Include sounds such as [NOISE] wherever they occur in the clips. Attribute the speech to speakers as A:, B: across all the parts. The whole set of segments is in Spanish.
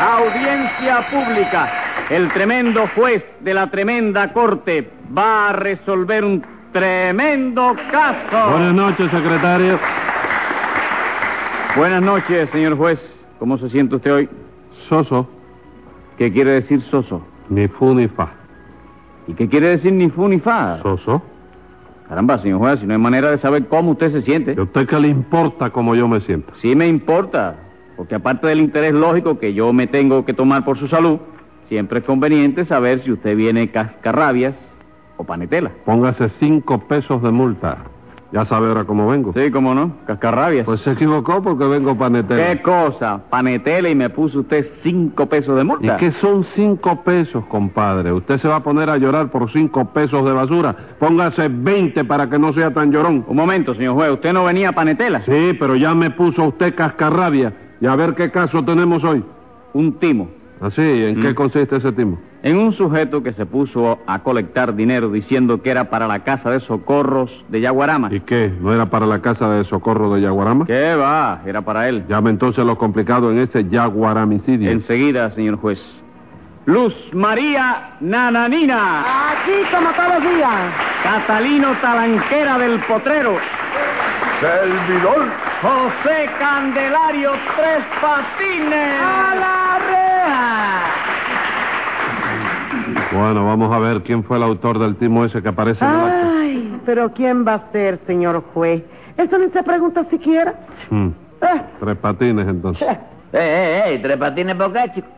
A: Audiencia pública. El tremendo juez de la tremenda corte va a resolver un tremendo caso.
B: Buenas noches, secretario.
A: Buenas noches, señor juez. ¿Cómo se siente usted hoy?
B: Soso,
A: ¿Qué quiere decir soso?
B: ni fu ni fa.
A: ¿Y qué quiere decir ni fu ni fa?
B: Soso,
A: Caramba, señor juez, si no hay manera de saber cómo usted se siente.
B: ¿y a usted qué le importa cómo yo me sienta?
A: Sí me importa, porque aparte del interés lógico que yo me tengo que tomar por su salud, siempre es conveniente saber si usted viene cascarrabias o panetela.
B: Póngase cinco pesos de multa. Ya sabe ahora cómo vengo.
A: Sí, cómo no, cascarrabias.
B: Pues se equivocó porque vengo panetero.
A: ¿Qué cosa? Panetela y me puso usted cinco pesos de
B: ¿Y
A: multa.
B: qué son cinco pesos, compadre? Usted se va a poner a llorar por cinco pesos de basura. Póngase 20 para que no sea tan llorón.
A: Un momento, señor juez, ¿usted no venía a panetela?
B: Sí, pero ya me puso usted cascarrabia. Y a ver qué caso tenemos hoy.
A: Un timo.
B: Así, ¿en
A: Mm.
B: qué consiste ese timo?
A: En un sujeto que se puso a colectar dinero diciendo que era para la casa de socorros de Yaguarama.
B: ¿Y qué? ¿No era para la casa de socorro de Yaguarama?
A: ¿Qué va? Era para él.
B: Llame entonces lo complicado en ese yaguaramicidio.
A: Enseguida, señor juez. Luz María Nananina,
C: Aquí como todos los días.
A: Catalino Talanquera del Potrero,
D: Servidor,
A: José Candelario Tres Patines. ¡A la reja!
B: Bueno, vamos a ver quién fue el autor del timo ese que aparece en el
C: Ah.
B: acta.
C: Ay, pero ¿quién va a ser, señor juez? Eso ni se pregunta siquiera.
B: Mm,
C: Eh,
B: Tres patines, entonces.
E: Eh, eh, eh, tres patines por qué, chico.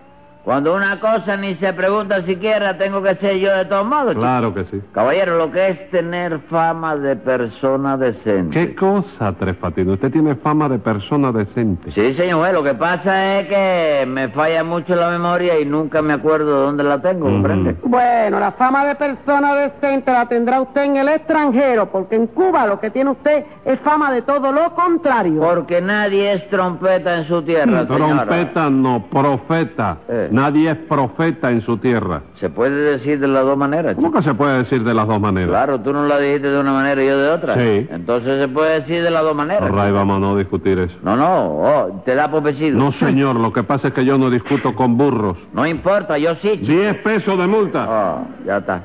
E: Cuando una cosa ni se pregunta siquiera, tengo que ser yo de todos modos, chico.
B: Claro que sí.
E: Caballero, lo que es tener fama de persona decente.
B: ¿Qué cosa, Tres Patines? Usted tiene fama de persona decente.
E: Sí, señor juez, lo que pasa es que me falla mucho la memoria y nunca me acuerdo de dónde la tengo,
B: Hmm.
E: ¿comprende?
C: Bueno, la fama de persona decente la tendrá usted en el extranjero, porque en Cuba lo que tiene usted es fama de todo lo contrario.
E: Porque nadie es trompeta en su tierra, señora.
B: Trompeta no, profeta.
E: Eh.
B: Nadie es profeta en su tierra.
E: Se puede decir de las dos maneras,
B: ¿Cómo
E: chico.
B: que se puede decir de las dos maneras?
E: Claro, tú no la dijiste de una manera y yo de otra.
B: Sí.
E: Entonces se puede decir de las dos maneras.
B: Ray,
E: chico.
B: vamos a no discutir eso.
E: No, no, oh, te da por vencido.
B: No, señor, lo que pasa es que yo no discuto con burros.
E: No importa, yo sí. chico.
B: Diez pesos de multa.
E: Ah, ya está.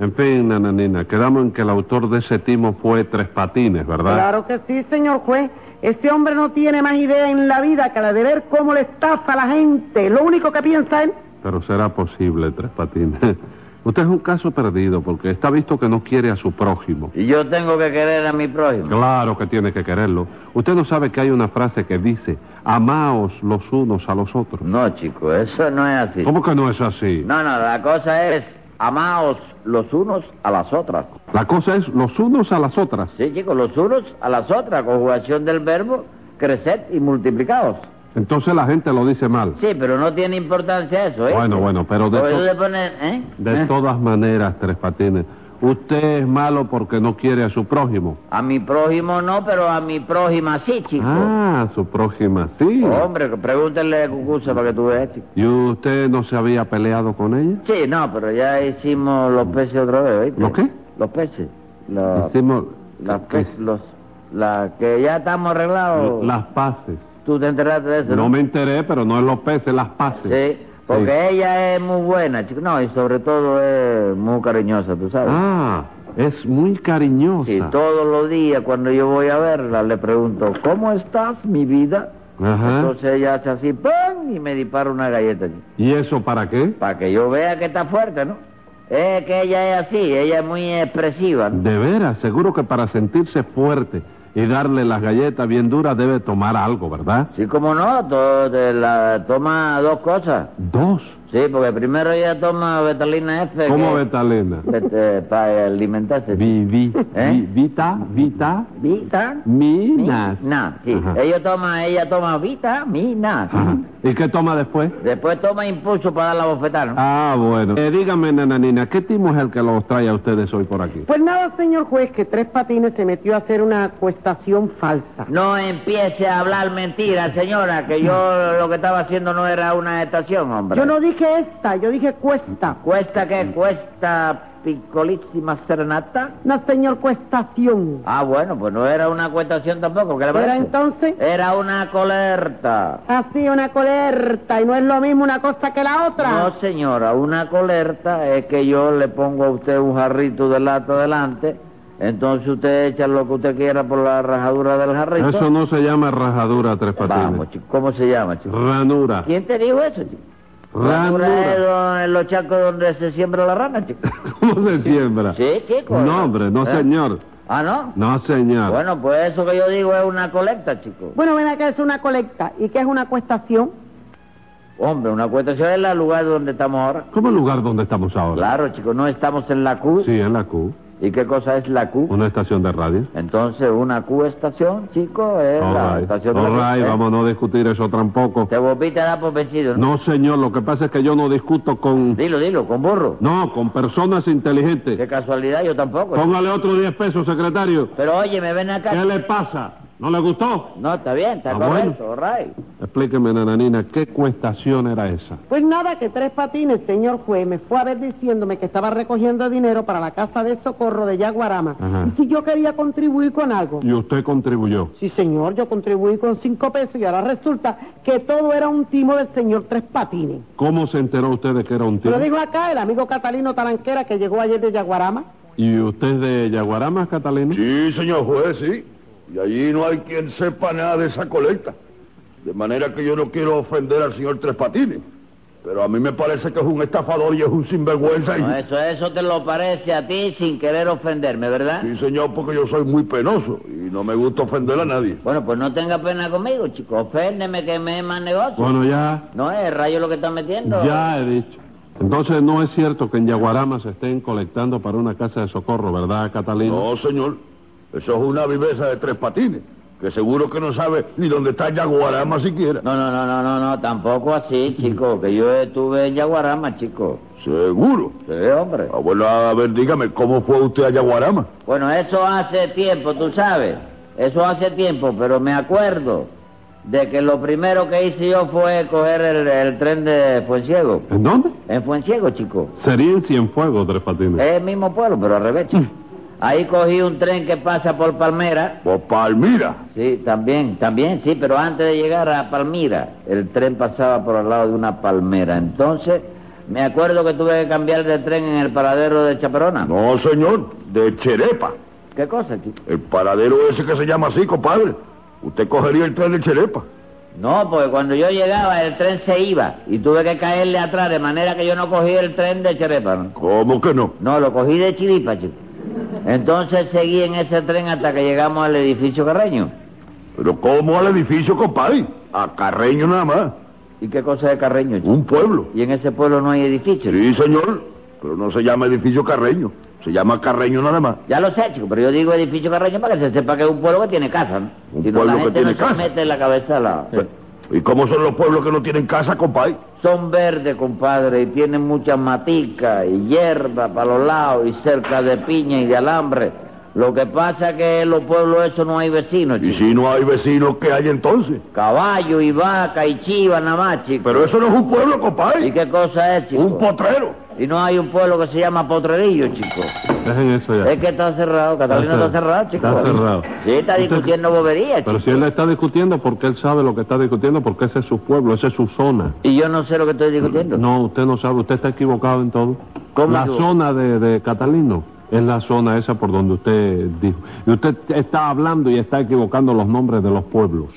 B: En fin, nananina, quedamos en que el autor de ese timo fue Tres Patines, ¿verdad?
C: Claro que sí, señor juez. Ese hombre no tiene más idea en la vida que la de ver cómo le estafa a la gente. Lo único que piensa es...
B: Pero será posible, Tres Patines. [LAUGHS] Usted es un caso perdido porque está visto que no quiere a su prójimo.
E: Y yo tengo que querer a mi prójimo.
B: Claro que tiene que quererlo. Usted no sabe que hay una frase que dice, amaos los unos a los otros.
E: No, chico, eso no es así.
B: ¿Cómo que no es así?
E: No, no, la cosa es amaos los unos a las otras.
B: La cosa es los unos a las otras.
E: Sí, chicos, los unos a las otras, conjugación del verbo crecer y multiplicados.
B: Entonces la gente lo dice mal.
E: Sí, pero no tiene importancia eso, ¿eh?
B: Bueno, bueno, pero de
E: Porque
B: to-
E: tú te pones, ¿eh?
B: De
E: ¿Eh?
B: todas maneras, Tres Patines, usted es malo porque no quiere a su prójimo.
E: A mi prójimo no, pero a mi prójima sí, Oh, chico.
B: Ah, su prójima, sí.
E: Hombre, pregúntale a Cucusa para que tú veas, chico.
B: ¿Y usted no se había peleado con ella?
E: Sí, no, pero ya hicimos los peces otra vez, ¿oíste?
B: ¿Los qué?
E: Los peces. Los...
B: Hicimos
E: Las
B: ¿qué?
E: que, los, la que ya estamos arreglados.
B: las paces.
E: Tú te enteraste de eso.
B: No me enteré, pero no es los peces, las paces.
E: Sí, porque ella es muy buena, chico. No, y sobre todo es muy cariñosa, tú sabes.
B: Ah, es muy cariñosa.
E: Sí, todos los días cuando yo voy a verla le pregunto, ¿cómo estás, mi vida?
B: Ajá.
E: Entonces ella hace así, ¡pam! y me dispara una galleta.
B: ¿Y eso para qué?
E: Para que yo vea que está fuerte, ¿no? Es que ella es así, ella es muy expresiva. ¿no?
B: De veras, seguro que para sentirse fuerte y darle las galletas bien duras debe tomar algo, ¿verdad?
E: Sí, como no, to- de la, toma dos cosas.
B: Dos.
E: Sí, porque primero ella toma betalina F.
B: ¿Cómo
E: que-
B: Betalena?
E: Este, para alimentarse.
B: Vi, vi,
E: ¿Eh?
B: vi- vita, vita,
E: Vita.
B: minas.
E: Na, sí.
B: Ajá. Ah.
E: Ella toma, ella toma vitamina.
B: Ajá. ¿Y qué toma después?
E: Después toma impulso para dar la bofetada. ¿no?
B: Ah, bueno. Eh, dígame, nananina, ¿qué timo es el que los trae a ustedes hoy por aquí?
C: Pues nada, señor juez, que Tres Patines se metió a hacer una acuestación falsa.
E: No empiece a hablar mentiras, señora, que yo
B: Mm.
E: lo que estaba haciendo no era una estación, hombre.
C: Yo no dije esta, yo dije cuesta.
B: Mm.
E: Cuesta que cuesta, piccolísima serenata.
C: No, señor, cuestación.
E: Ah, bueno, pues no era una cuestación tampoco, ¿qué le
C: Pero
E: parece? Eh.
C: entonces,
E: Era una colerta.
C: así una colerta y no es lo mismo una cosa que la otra.
E: No, señora, una colerta es que yo le pongo a usted un jarrito de lata delante, entonces usted echa lo que usted quiera por la rajadura del jarrito.
B: Eso no se llama rajadura, Tres Patines.
E: Vamos, chico, ¿cómo se llama, chico?
B: Ranura.
E: ¿Quién te dijo eso, chico? Ranura es
B: Ranura.
E: don- en los chacos donde se siembra la rana, chico.
B: [LAUGHS] ¿Cómo se siembra?
E: Sí, chico.
B: Ah. No, hombre, no,
E: ¿Eh?
B: señor.
E: ¿Ah, no?
B: No, señor.
E: Bueno, pues eso que yo digo es una colecta, chico.
C: Bueno, ven acá, es una colecta. ¿Y qué es una cuestación?
E: Hombre, una cuestación es el lugar donde estamos ahora.
B: ¿Cómo el lugar donde estamos ahora?
E: Claro, chico, no estamos en la Q.
B: Sí, en la Q.
E: ¿Y qué cosa es la Q?
B: Una estación de radio.
E: Entonces, una Q estación, chico, es la
B: All right.
E: estación de
B: All
E: la
B: right,
E: Q, ¿eh?
B: vamos a no discutir eso tampoco.
E: Te volviste a dar por vencido, ¿no?
B: No, señor, lo que pasa es que yo no discuto con...
E: Dilo, dilo, con burro.
B: No, con personas
E: De
B: inteligentes.
E: casualidad, yo tampoco. chico.
B: Póngale otros 10 pesos, secretario.
E: Pero oye, me ven acá.
B: ¿Qué le pasa? ¿No le gustó?
E: No, está bien, está
B: Ah,
E: correcto, all right.
B: Explíqueme, nananina, ¿qué cuestación era esa?
C: Pues nada, que tres patines, señor juez, me fue a ver diciéndome que estaba recogiendo dinero para la casa de socorro de Yaguarama.
B: Ajá.
C: Y si yo quería contribuir con algo.
B: Y usted contribuyó.
C: Sí, señor, yo contribuí con cinco pesos y ahora resulta que todo era un timo del señor Tres Patines.
B: ¿Cómo se enteró usted de que era un
C: Me
B: tío?
C: Lo dijo acá el amigo Catalino Taranquera que llegó ayer de Yaguarama.
B: ¿Y usted es de Yaguarama, Catalina?
D: Sí, señor juez, sí. Y allí no hay quien sepa nada de esa colecta. De manera que yo no quiero ofender al señor Tres Patines. Pero a mí me parece que es un estafador y es un sinvergüenza. y-
E: No, eso, eso te lo parece a ti sin querer ofenderme, ¿verdad?
D: Sí, señor, porque yo soy muy penoso y no me gusta ofender a nadie.
E: Bueno, pues no tenga pena conmigo, chico. Oféndeme que me es más negocio.
B: Bueno, ya,
E: No es el rayo lo que está metiendo.
B: ya he dicho. Entonces no es cierto que en Yaguarama se estén colectando para una casa de socorro, ¿verdad, Catalina?
D: No, señor. Eso es una viveza de Tres Patines. Que seguro que no sabe ni dónde está Yaguarama siquiera.
E: No, no, no, no, no, no, tampoco así, chico. Que yo estuve en Yaguarama, chico.
D: Seguro.
E: Sí, hombre.
B: Oh.
D: Abuela, a ver, dígame, ¿cómo fue usted a Yaguarama?
E: Bueno, eso hace tiempo, tú sabes. Eso hace tiempo, pero me acuerdo de que lo primero que hice yo fue coger el, el tren de Fuenciego.
B: ¿En dónde?
E: En Fuenciego, chico.
B: Sería en Cienfuegos, Tres Patines.
D: Eh.
E: Es el mismo pueblo, pero al revés, chico. Ahí cogí un tren que pasa por Palmera.
D: Por Palmira.
E: Sí, también, también, sí, pero antes de llegar a Palmira, el tren pasaba por al lado de una palmera. Entonces, me acuerdo que tuve que cambiar de tren en el paradero de Chaperona.
D: No, señor, de Cherepa.
E: ¿Qué cosa, chico?
D: El paradero ese que se llama así, compadre. Usted cogería el tren de Cherepa.
E: No, porque cuando yo llegaba, el tren se iba y tuve que caerle atrás, de manera que yo no cogí el tren de Cherépano.
D: ¿Cómo que no?
E: No, lo cogí de Chiripa, chico. Entonces seguí en ese tren hasta que llegamos al edificio Carreño.
D: Pero ¿cómo al edificio, compadre? A Carreño nada más.
E: ¿Y qué cosa es Carreño, chico?
D: Un pueblo.
E: Y en ese pueblo no hay edificio.
D: Sí, señor. Pero no se llama edificio Carreño. Se llama Carreño nada más.
E: Ya lo sé, chico, pero yo digo edificio Carreño para que se sepa que es un pueblo que tiene casa, ¿no?
D: Un
E: Si no,
D: pueblo
E: la
D: que
E: gente
D: tiene
E: no
D: casa.
E: se mete en la cabeza la...
D: ¿Y cómo son los pueblos que no tienen casa, compadre?
E: Son verdes, compadre, y tienen mucha matica y hierba para los lados y cerca de piña y de alambre. Lo que pasa que en los pueblos esos no hay vecinos,
D: Y
E: chico.
D: si no hay vecinos, ¿qué hay entonces?
E: Caballo y vaca y chiva nada más, chico.
D: Pero eso no es un pueblo,
E: ¿Y
D: compadre.
E: qué cosa es, chico?
D: Un potrero.
E: Y no hay un pueblo que se llama Potrerillo, chico.
B: Dejen eso ya.
D: Eh.
E: Es que está cerrado, Catalina está,
B: Está
E: cerrado,
B: cerrado.
E: chico.
B: Está cerrado.
E: Sí, está
B: Usted-
E: discutiendo boberías,
B: Pero si
E: chico.
B: él le está discutiendo, porque él sabe lo que está discutiendo, porque ese es su pueblo, esa es su zona.
E: Y yo no sé lo que estoy discutiendo.
B: No, usted no sabe, usted está equivocado en todo.
E: ¿Cómo
B: la
E: yo?
B: zona de, de Catalino es la zona esa por donde usted dijo. Y usted está hablando y está equivocando los nombres de los pueblos.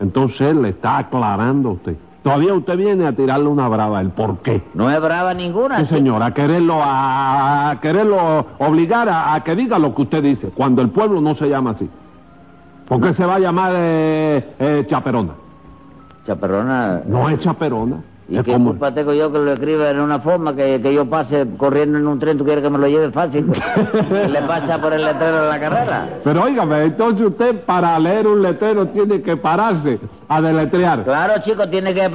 B: Entonces él le está aclarando a usted. Todavía usted viene a tirarle una brava, el por qué.
E: No es brava ninguna.
B: Sí,
E: chico.
B: señor, a quererlo, a, a quererlo obligar a, a que diga lo que usted dice, cuando el pueblo no se llama así. ¿Por qué se va a llamar eh, eh, Chaperona?
E: Chaperrona,
B: No es Chaperona.
E: ¿y
B: es
E: qué
B: como-
E: culpa tengo yo que lo escriba en una forma que, que yo pase corriendo en un tren? ¿Tú quieres que me lo lleve
B: [LAUGHS]
E: fácil? Y le pasa por el letrero de la carrera.
B: Pero óigame, entonces usted para leer un letrero tiene que pararse a deletrear.
E: Claro, chico, tiene que eh,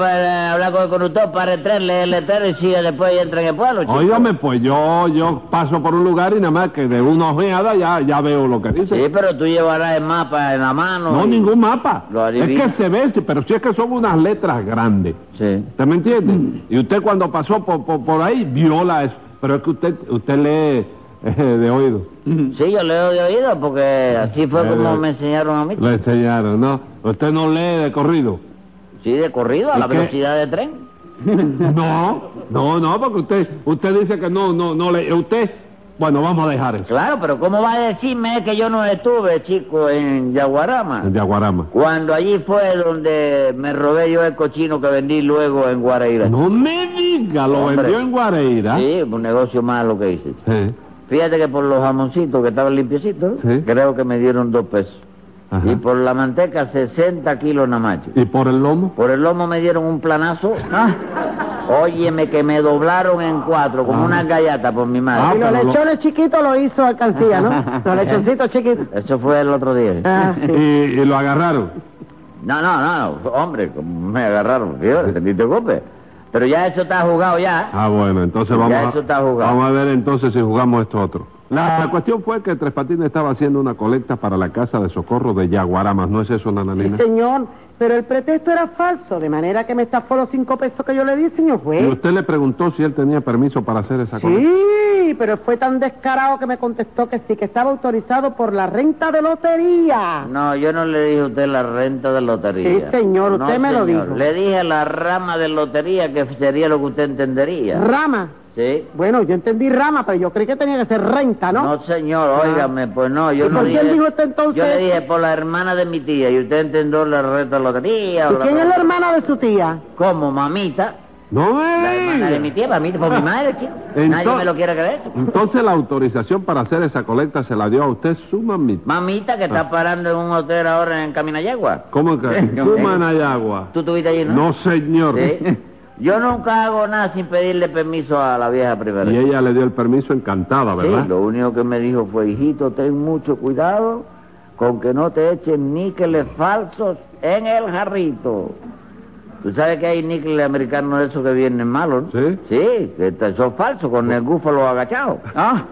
E: hablar con el conductor para el tren, leer el letrero y sigue después y entra en el pueblo, chico.
B: Óigame, pues yo yo paso por un lugar y nada más que de una ojeada ya, ya veo lo que dice.
E: Sí, pero tú llevarás el mapa en la mano.
B: no,
E: y-
B: ningún mapa.
E: Lo
B: Es
E: adivina.
B: que se ve, sí, pero si es que son unas letras grandes.
E: Sí. Mm.
B: ¿Usted me entiende? Y usted cuando pasó por, por, por ahí viola eso. Pero es que usted, usted lee [LAUGHS] eh, de oído.
E: Sí, yo leo de oído porque así fue
B: Eh,
E: como me enseñaron a mí.
B: Le enseñaron, ¿no? Usted no lee de
E: [LAUGHS]
B: corrido.
E: Sí, de corrido, a
B: ¿Y
E: la
B: qué?
E: velocidad de tren.
B: No, no, no, porque usted, usted dice que no, no, no lee. Usted, bueno, vamos a dejar eso.
E: Claro, pero ¿cómo va a decirme que yo no estuve, chico, en Yaguarama?
B: El de Aguarama.
E: Cuando allí fue donde me robé yo el cochino que vendí luego en Guareira.
B: No me diga, lo
E: Hombre.
B: vendió en Guareira.
E: Sí, un negocio malo que hice.
B: Sí,
E: Fíjate que por los jamoncitos que estaban limpiecitos,
B: Sí.
E: creo que me dieron dos pesos.
B: ajá.
E: Y por la manteca, 60 kilos nada más, chico.
B: ¿Y por el lomo?
E: Por el lomo me dieron un planazo. Óyeme, que me doblaron en cuatro, como
B: Ah.
E: una gallata por
B: Ah,
E: mi
C: Y los
E: madre.
B: pero lo-
C: lechones chiquitos lo hizo Alcancía, ¿no? Los lechoncitos
B: Ah.
C: chiquitos.
E: Eso fue el otro día.
B: [LAUGHS]
C: Ah,
B: Y,
C: sí.
B: y lo agarraron.
E: No, no, no, no, hombre, como me agarraron, fíjate, [LAUGHS] ni te preocupes. Pero ya eso está jugado ya.
B: Ah, bueno, entonces vamos,
E: Ya
B: a,
E: eso está jugado. Ah.
B: vamos a ver entonces si jugamos esto otro. La, la cuestión fue que Tres Patines estaba haciendo una colecta para la casa de socorro de Yaguaramas. ¿No es eso,
C: Sí,
B: Nananina?
C: señor, pero el pretexto era falso, de manera que me estafó los cinco pesos que yo le di, señor
B: Y
C: juez.
B: usted le preguntó si él tenía permiso para hacer esa colecta.
C: Sí, pero fue tan descarado que me contestó que sí, que estaba autorizado por la renta de lotería.
E: No, yo no le dije a usted la renta de lotería.
C: Sí, señor, usted
E: No,
C: me lo
E: señor.
C: dijo.
E: Le dije la rama de lotería, que sería lo que usted entendería.
C: Rama.
E: ¿Sí?
C: Bueno, yo entendí rama, pero yo creí que tenía que ser renta, ¿no?
E: señor,
C: Ah.
E: óigame, pues no, yo
C: ¿Y
E: no
C: por
E: dije...
C: quién dijo usted entonces
E: Yo le
C: eso?
E: dije por la hermana de mi tía, y usted entendió la renta de lotería.
C: ¿Y
E: bla,
C: quién
E: bla,
C: es la
E: bla.
C: hermana de su tía?
E: ¿Cómo, mamita?
B: No me
E: La hermana de mi
B: diga.
E: tía, mamita,
C: Ah.
E: por mi madre, chico. Nadie
B: Entonces-
E: me lo quiere creer.
B: Entonces la autorización para hacer esa colecta se la dio a usted su mamita.
E: Mamita que
C: Ah.
E: está parando en un hotel ahora en Caminayagua. [LAUGHS]
B: ¿Cómo que?
E: Yo-
B: Su manayagua.
E: ¿Tú estuviste allí, no?
B: No, señor. [LAUGHS]
E: Sí. Yo nunca hago nada sin pedirle permiso a la vieja primera.
B: Y ella le dio el permiso encantada, ¿verdad?
E: Sí, lo único que me dijo fue, hijito, ten mucho cuidado con que no te echen níqueles falsos en el jarrito. Tú sabes que hay níqueles americanos de esos que vienen malos, ¿no?
B: Sí.
E: Sí, que te- son falsos, con el gúfalo agachado.
A: Ah,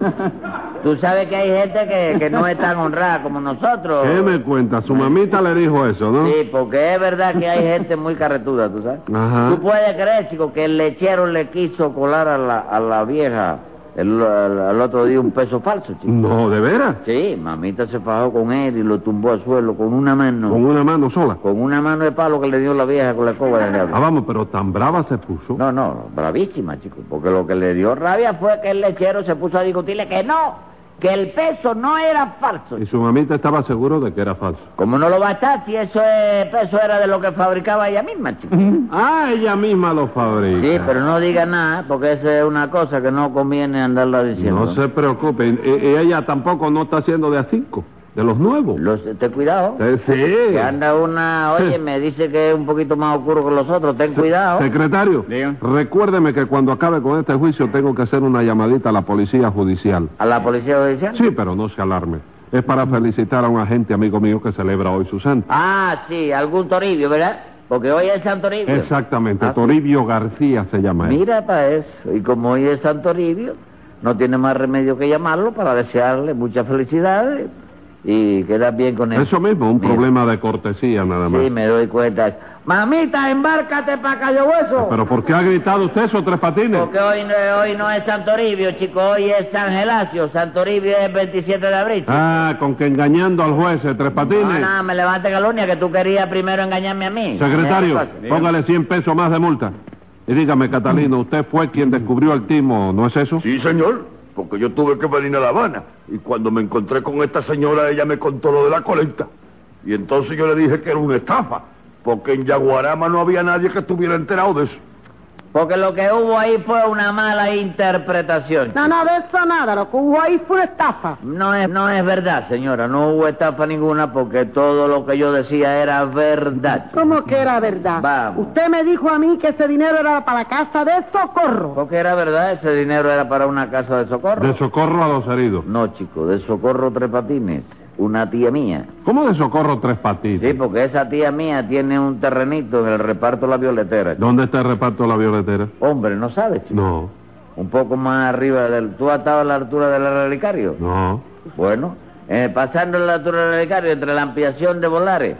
E: [LAUGHS] Tú sabes que hay gente que, que no es tan honrada como nosotros.
B: ¿Qué me cuenta? Su mamita le dijo eso, ¿no?
E: Sí, porque es verdad que hay gente muy carretuda, ¿tú sabes?
B: Ajá.
E: Tú puedes creer, chico, que el lechero le quiso colar a la, a la vieja el, al- al otro día un peso falso, chico.
B: No, de veras.
E: Sí, mamita se fajó con él y lo tumbó al suelo con una mano.
B: Con una mano sola.
E: Con una mano de palo que le dio la vieja con la escoba de
B: Ah,
E: diablo.
B: vamos, pero tan brava se puso.
E: No, no, bravísima, chico. Porque lo que le dio rabia fue que el lechero se puso a discutirle que no, que el peso no era falso.
B: Y su mamita estaba seguro de que era falso.
E: Como no lo va a estar si eso es- peso era de lo que fabricaba ella misma, chico.
B: Ah, ella misma lo fabrica.
E: Sí, pero no diga nada, porque esa es una cosa que no conviene andarla diciendo.
B: No se preocupe. Y- y ella tampoco no está haciendo de a cinco, de los nuevos.
E: Los, ten cuidado.
B: Eh,
E: Que anda una, oye, me dice que es un poquito más oscuro que los otros, ten cuidado.
B: Sí. Secretario,
A: Diga.
B: recuérdeme que cuando acabe con este juicio tengo que hacer una llamadita a la policía judicial.
E: A la policía judicial.
B: Sí, pero no se alarme. Es para felicitar a un agente amigo mío que celebra hoy su santo.
E: Ah, sí, algún Toribio, ¿verdad? Porque hoy es San Toribio.
B: Exactamente,
E: Ah, sí.
B: Toribio García se llama él.
E: Mira para eso. Y como hoy es San Toribio, no tiene más remedio que llamarlo para desearle muchas felicidades y quedar bien con él.
B: Eso mismo, un
E: Mira.
B: problema de cortesía nada más.
E: Sí, me doy cuenta. Mamita, embárcate para Cayo Hueso.
B: Pero ¿por qué ha gritado usted esos tres patines?
E: Porque hoy no, hoy no es Santoribio, chico, hoy es San Gelacio. Santoribio es el 27 de abril. chico.
B: Ah, con que engañando al juez, eh, tres
E: no,
B: patines.
E: no, Ah, me levante calumnia que tú querías primero engañarme a mí. Eh,
B: Secretario,
E: Esa cosa.
B: póngale 100 pesos más de multa. Y dígame, Catalino, usted fue quien descubrió el timo, ¿no es eso?
D: Sí, señor, porque yo tuve que venir a La Habana. Y cuando me encontré con esta señora, ella me contó lo de la colecta. Y entonces yo le dije que era una estafa, porque en Yaguarama no había nadie que estuviera enterado de eso.
E: Porque lo que hubo ahí fue una mala interpretación.
C: No, no, de eso nada, lo que hubo ahí fue una estafa.
E: No es, no es verdad, señora. No hubo estafa ninguna porque todo lo que yo decía era verdad.
C: ¿Cómo que era verdad?
E: Vamos.
C: Usted me dijo a mí que ese dinero era para la casa de socorro.
E: Porque era verdad, ese dinero era para una casa de socorro.
B: De socorro a los heridos.
E: No, chico, de socorro tres patines. Una tía mía.
B: ¿Cómo de socorro tres
E: Sí,
B: patines?
E: porque esa tía mía tiene un terrenito en el reparto La Violetera.
B: ¿Dónde está el reparto de la violetera?
E: Hombre, no sabes, chico.
B: No,
E: Un poco más arriba del... ¿Tú has estado a la altura del relicario?
B: no.
E: Bueno, eh, pasando la altura del Vicario, entre la ampliación de Volares,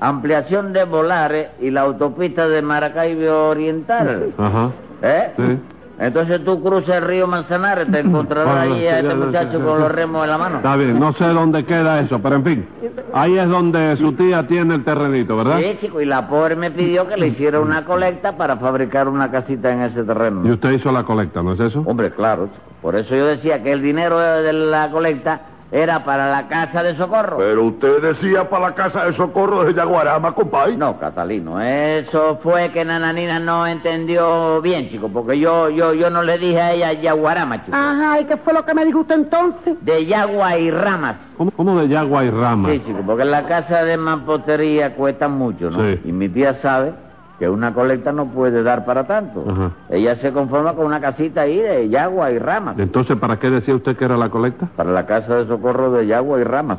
E: ampliación de Volares y la autopista de Maracaibo Oriental,
B: Ajá.
E: ¿eh?
B: Sí.
E: Entonces tú cruzas el río Manzanares, te encontrarás
B: [LAUGHS] Bueno,
E: ahí a
B: sí,
E: este
B: ya lo sé,
E: muchacho
B: sí,
E: con
B: sí.
E: los remos en la mano.
B: Está bien, no sé dónde queda eso, pero en fin. Ahí es donde su tía tiene el terrenito, ¿verdad?
E: Sí, chico, y la pobre me pidió que le hiciera una colecta para fabricar una casita en ese terreno.
B: Y usted hizo la colecta, ¿no es eso?
E: Hombre, claro. chico. Por eso yo decía que el dinero de la colecta era para la casa de socorro.
B: Pues
D: Pero usted decía para la casa de socorro de Yaguarama, compadre.
E: No, Catalino, eso fue que Nananina no entendió bien, chico, porque yo yo yo no le dije a ella Yaguarama, chico.
C: Ajá, ¿y qué fue lo que me dijo usted entonces?
E: De Yagua y Ramas.
B: ¿Cómo, cómo de yagua y rama?
E: Sí, chico, porque la casa de mampostería cuesta mucho, ¿no?
B: Sí.
E: Y mi tía sabe que una colecta no puede dar para tanto.
B: Ajá.
E: Ella se conforma con una casita ahí de Yagua y Ramas.
B: Entonces, ¿para qué decía usted que era la colecta?
E: para la casa de socorro de Yagua y Ramas.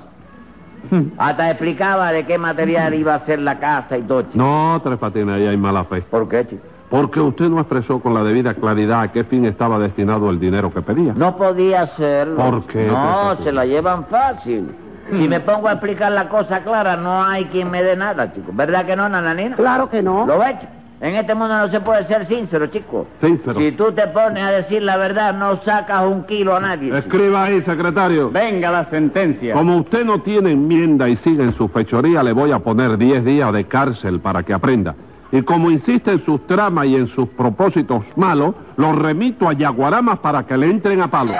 B: Hmm.
E: Hasta explicaba de qué material iba a ser la casa y todo, chico.
B: No, Tres Patines, ahí hay mala fe.
E: ¿Por qué, chico?
B: Porque usted no expresó con la debida claridad a qué fin estaba destinado el dinero que pedía.
E: No podía hacerlo.
B: ¿Por qué,
E: No,
B: Tres
E: se la llevan fácil. Si me pongo a explicar la cosa clara, no hay quien me dé nada, chico. ¿Verdad que no, Nananina?
C: Claro que no.
E: ¿Lo ves? chico? En este mundo no se puede ser sincero, chico.
B: Sincero.
E: Si tú te pones a decir la verdad, no sacas un kilo a nadie. chico.
B: Escriba ahí, secretario.
A: Venga la sentencia.
B: Como usted no tiene enmienda y sigue en su fechoría, le voy a poner 10 días de cárcel para que aprenda. Y como insiste en sus tramas y en sus propósitos malos, lo remito a Yaguaramas para que le entren a palo.